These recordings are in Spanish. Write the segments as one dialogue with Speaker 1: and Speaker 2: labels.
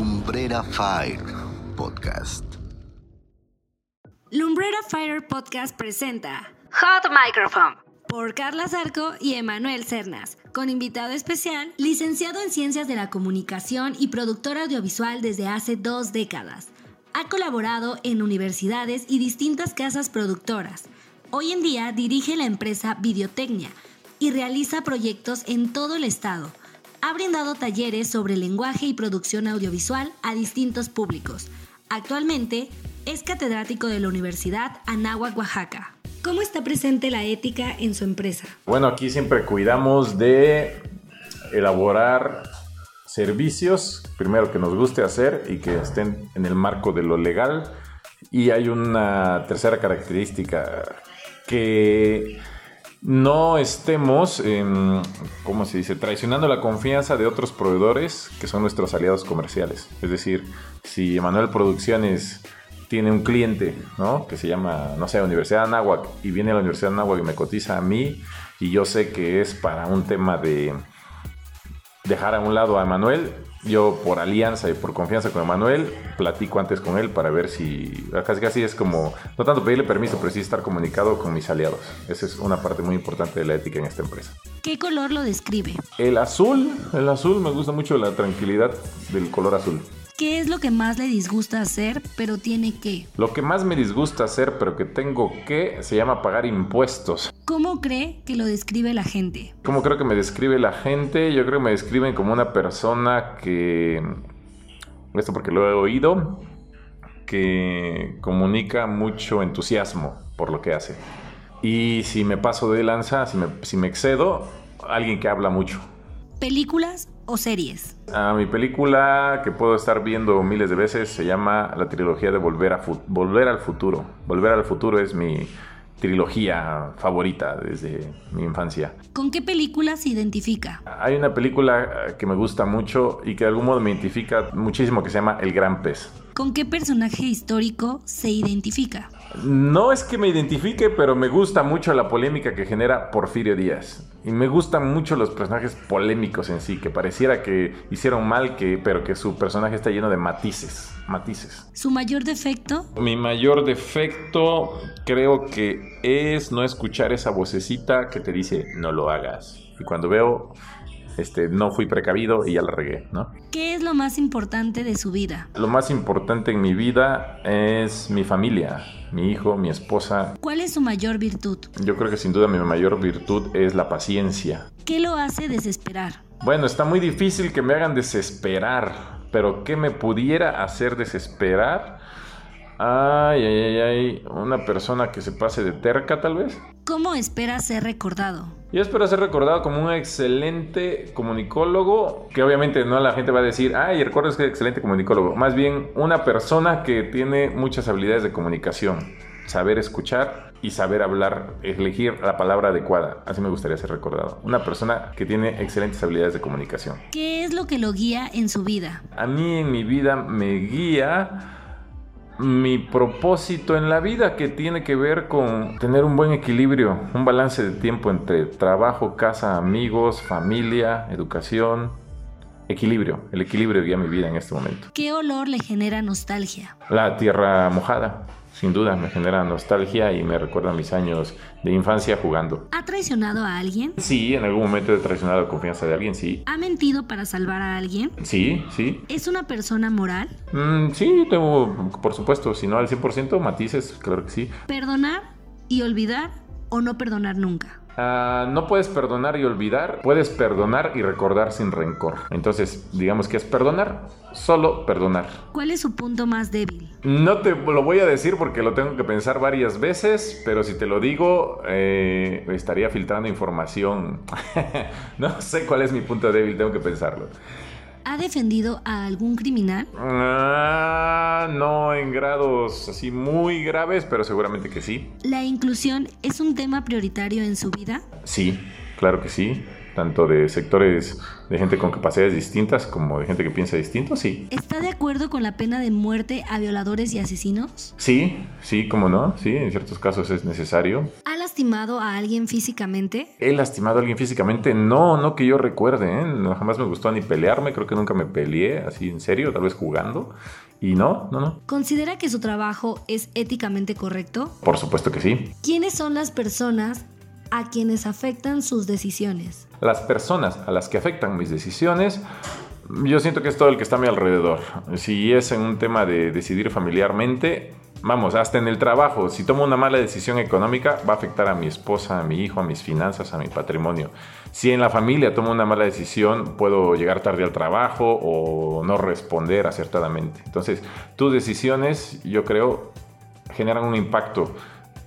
Speaker 1: Lumbrera Fire Podcast.
Speaker 2: Lumbrera Fire Podcast presenta
Speaker 3: Hot Microphone.
Speaker 2: por Carla Zarco y Emanuel Cernas, con invitado especial, licenciado en Ciencias de la Comunicación y productor audiovisual desde hace dos décadas. Ha colaborado en universidades y distintas casas productoras. Hoy en día dirige la empresa Videotecnia y realiza proyectos en todo el estado. Ha brindado talleres sobre lenguaje y producción audiovisual a distintos públicos. Actualmente es catedrático de la Universidad Anáhuac, Oaxaca. ¿Cómo está presente la ética en su empresa?
Speaker 4: Bueno, aquí siempre cuidamos de elaborar servicios, primero que nos guste hacer y que estén en el marco de lo legal. Y hay una tercera característica, que no estemos, em, ¿cómo se dice?, traicionando la confianza de otros proveedores que son nuestros aliados comerciales. Es decir, si Emanuel Producciones tiene un cliente, ¿no? Que se llama, no sé, Universidad Anáhuac, y viene a la Universidad Anáhuac y me cotiza a mí, y yo sé que es para un tema de dejar a un lado a Emanuel, yo por alianza y por confianza con Emanuel, platico antes con él para ver si, ah, casi casi es como, no tanto pedirle permiso, pero sí estar comunicado con mis aliados. Esa es una parte muy importante de la ética en esta empresa.
Speaker 2: ¿Qué color lo describe?
Speaker 4: El azul, el azul, me gusta mucho la tranquilidad del color azul.
Speaker 2: ¿Qué es lo que más le disgusta hacer, pero tiene que?
Speaker 4: Lo que más me disgusta hacer, pero que tengo que, se llama pagar impuestos.
Speaker 2: ¿Cómo cree que lo describe la gente?
Speaker 4: ¿Cómo creo que me describe la gente? Yo creo que me describen como una persona que, esto porque lo he oído, que comunica mucho entusiasmo por lo que hace. Y si me paso de lanza, si me, si me excedo, alguien que habla mucho.
Speaker 2: ¿Películas o series?
Speaker 4: A mi película que puedo estar viendo miles de veces se llama la trilogía de Volver, a Fu- Volver al Futuro. Volver al Futuro es mi trilogía favorita desde mi infancia.
Speaker 2: ¿Con qué película se identifica?
Speaker 4: Hay una película eh, que me gusta mucho y que de algún modo me identifica muchísimo que se llama El Gran Pez.
Speaker 2: ¿Con qué personaje histórico se identifica?
Speaker 4: No es que me identifique, pero me gusta mucho la polémica que genera Porfirio Díaz. Y me gustan mucho los personajes polémicos en sí, que pareciera que hicieron mal, que, pero que su personaje está lleno de matices. Matices.
Speaker 2: ¿Su mayor defecto?
Speaker 4: Mi mayor defecto creo que es no escuchar esa vocecita que te dice no lo hagas. Y cuando veo, este, no fui precavido y ya la regué, ¿no?
Speaker 2: ¿Qué es lo más importante de su vida?
Speaker 4: Lo más importante en mi vida es mi familia, mi hijo, mi esposa.
Speaker 2: ¿Cuál es su mayor virtud?
Speaker 4: Yo creo que sin duda mi mayor virtud es la paciencia.
Speaker 2: ¿Qué lo hace desesperar?
Speaker 4: Bueno, está muy difícil que me hagan desesperar, pero ¿qué me pudiera hacer desesperar? Ay, ay, ay, ay, una persona que se pase de terca tal vez.
Speaker 2: ¿Cómo espera ser recordado?
Speaker 4: Yo espero ser recordado como un excelente comunicólogo, que obviamente no la gente va a decir, ay, recuerdo que es excelente comunicólogo. Más bien una persona que tiene muchas habilidades de comunicación, saber escuchar y saber hablar, elegir la palabra adecuada. Así me gustaría ser recordado. Una persona que tiene excelentes habilidades de comunicación.
Speaker 2: ¿Qué es lo que lo guía en su vida?
Speaker 4: A mí en mi vida me guía mi propósito en la vida que tiene que ver con tener un buen equilibrio, un balance de tiempo entre trabajo, casa, amigos, familia, educación, equilibrio. El equilibrio guía mi vida en este momento.
Speaker 2: ¿Qué olor le genera nostalgia?
Speaker 4: La tierra mojada, sin duda, me genera nostalgia y me recuerda a mis años de infancia jugando.
Speaker 2: ¿Ha traicionado a alguien?
Speaker 4: Sí, en algún momento he traicionado la confianza de alguien, sí.
Speaker 2: ¿Ha mentido para salvar a alguien?
Speaker 4: Sí, sí.
Speaker 2: ¿Es una persona moral?
Speaker 4: Mm, sí, tengo, por supuesto, si no al 100%, matices, claro que sí.
Speaker 2: ¿Perdonar y olvidar o no perdonar nunca?
Speaker 4: Ah, no puedes perdonar y olvidar, puedes perdonar y recordar sin rencor. Entonces, digamos que es perdonar, solo perdonar.
Speaker 2: ¿Cuál es su punto más débil?
Speaker 4: No te lo voy a decir porque lo tengo que pensar varias veces, pero si te lo digo, eh, estaría filtrando información. no sé cuál es mi punto débil, tengo que pensarlo.
Speaker 2: ¿Ha defendido a algún criminal?
Speaker 4: Ah, no en grados así muy graves, pero seguramente que sí.
Speaker 2: ¿La inclusión es un tema prioritario en su vida?
Speaker 4: Sí, claro que sí. Tanto de sectores de gente con capacidades distintas como de gente que piensa distinto, sí.
Speaker 2: ¿Está de acuerdo con la pena de muerte a violadores y asesinos?
Speaker 4: Sí, sí, cómo no, sí, en ciertos casos es necesario.
Speaker 2: ¿Ha lastimado a alguien físicamente?
Speaker 4: ¿He lastimado a alguien físicamente? No, no que yo recuerde. ¿eh? No, jamás me gustó ni pelearme. Creo que nunca me peleé así en serio, tal vez jugando. Y no, no, no.
Speaker 2: ¿Considera que su trabajo es éticamente correcto?
Speaker 4: Por supuesto que sí.
Speaker 2: ¿Quiénes son las personas a quienes afectan sus decisiones?
Speaker 4: Las personas a las que afectan mis decisiones, yo siento que es todo el que está a mi alrededor. Si es en un tema de decidir familiarmente, vamos, hasta en el trabajo, si tomo una mala decisión económica, va a afectar a mi esposa, a mi hijo, a mis finanzas, a mi patrimonio. Si en la familia tomo una mala decisión, puedo llegar tarde al trabajo o no responder acertadamente. Entonces, tus decisiones, yo creo, generan un impacto,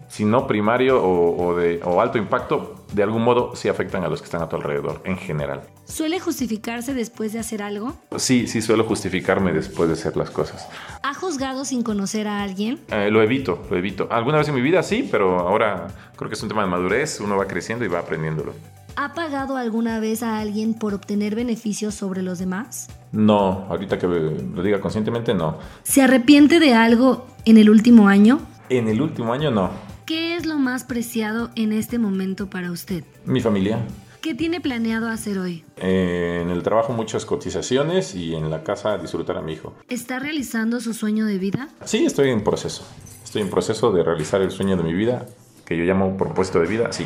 Speaker 4: si no primario o, o de, o alto impacto, de algún modo sí afectan a los que están a tu alrededor en general.
Speaker 2: ¿Suele justificarse después de hacer algo?
Speaker 4: Sí, sí suelo justificarme después de hacer las cosas.
Speaker 2: ¿Ha juzgado sin conocer a alguien?
Speaker 4: Eh, lo evito, lo evito. Alguna vez en mi vida sí, pero ahora creo que es un tema de madurez, uno va creciendo y va aprendiéndolo.
Speaker 2: ¿Ha pagado alguna vez a alguien por obtener beneficios sobre los demás?
Speaker 4: No, ahorita que lo diga conscientemente, no.
Speaker 2: ¿Se arrepiente de algo en el último año?
Speaker 4: En el último año, no.
Speaker 2: ¿Qué es lo más preciado en este momento para usted?
Speaker 4: Mi familia.
Speaker 2: ¿Qué tiene planeado hacer hoy?
Speaker 4: Eh, en el trabajo muchas cotizaciones y en la casa disfrutar a mi hijo.
Speaker 2: ¿Está realizando su sueño de vida?
Speaker 4: Sí, estoy en proceso. Estoy en proceso de realizar el sueño de mi vida, que yo llamo propósito de vida, sí.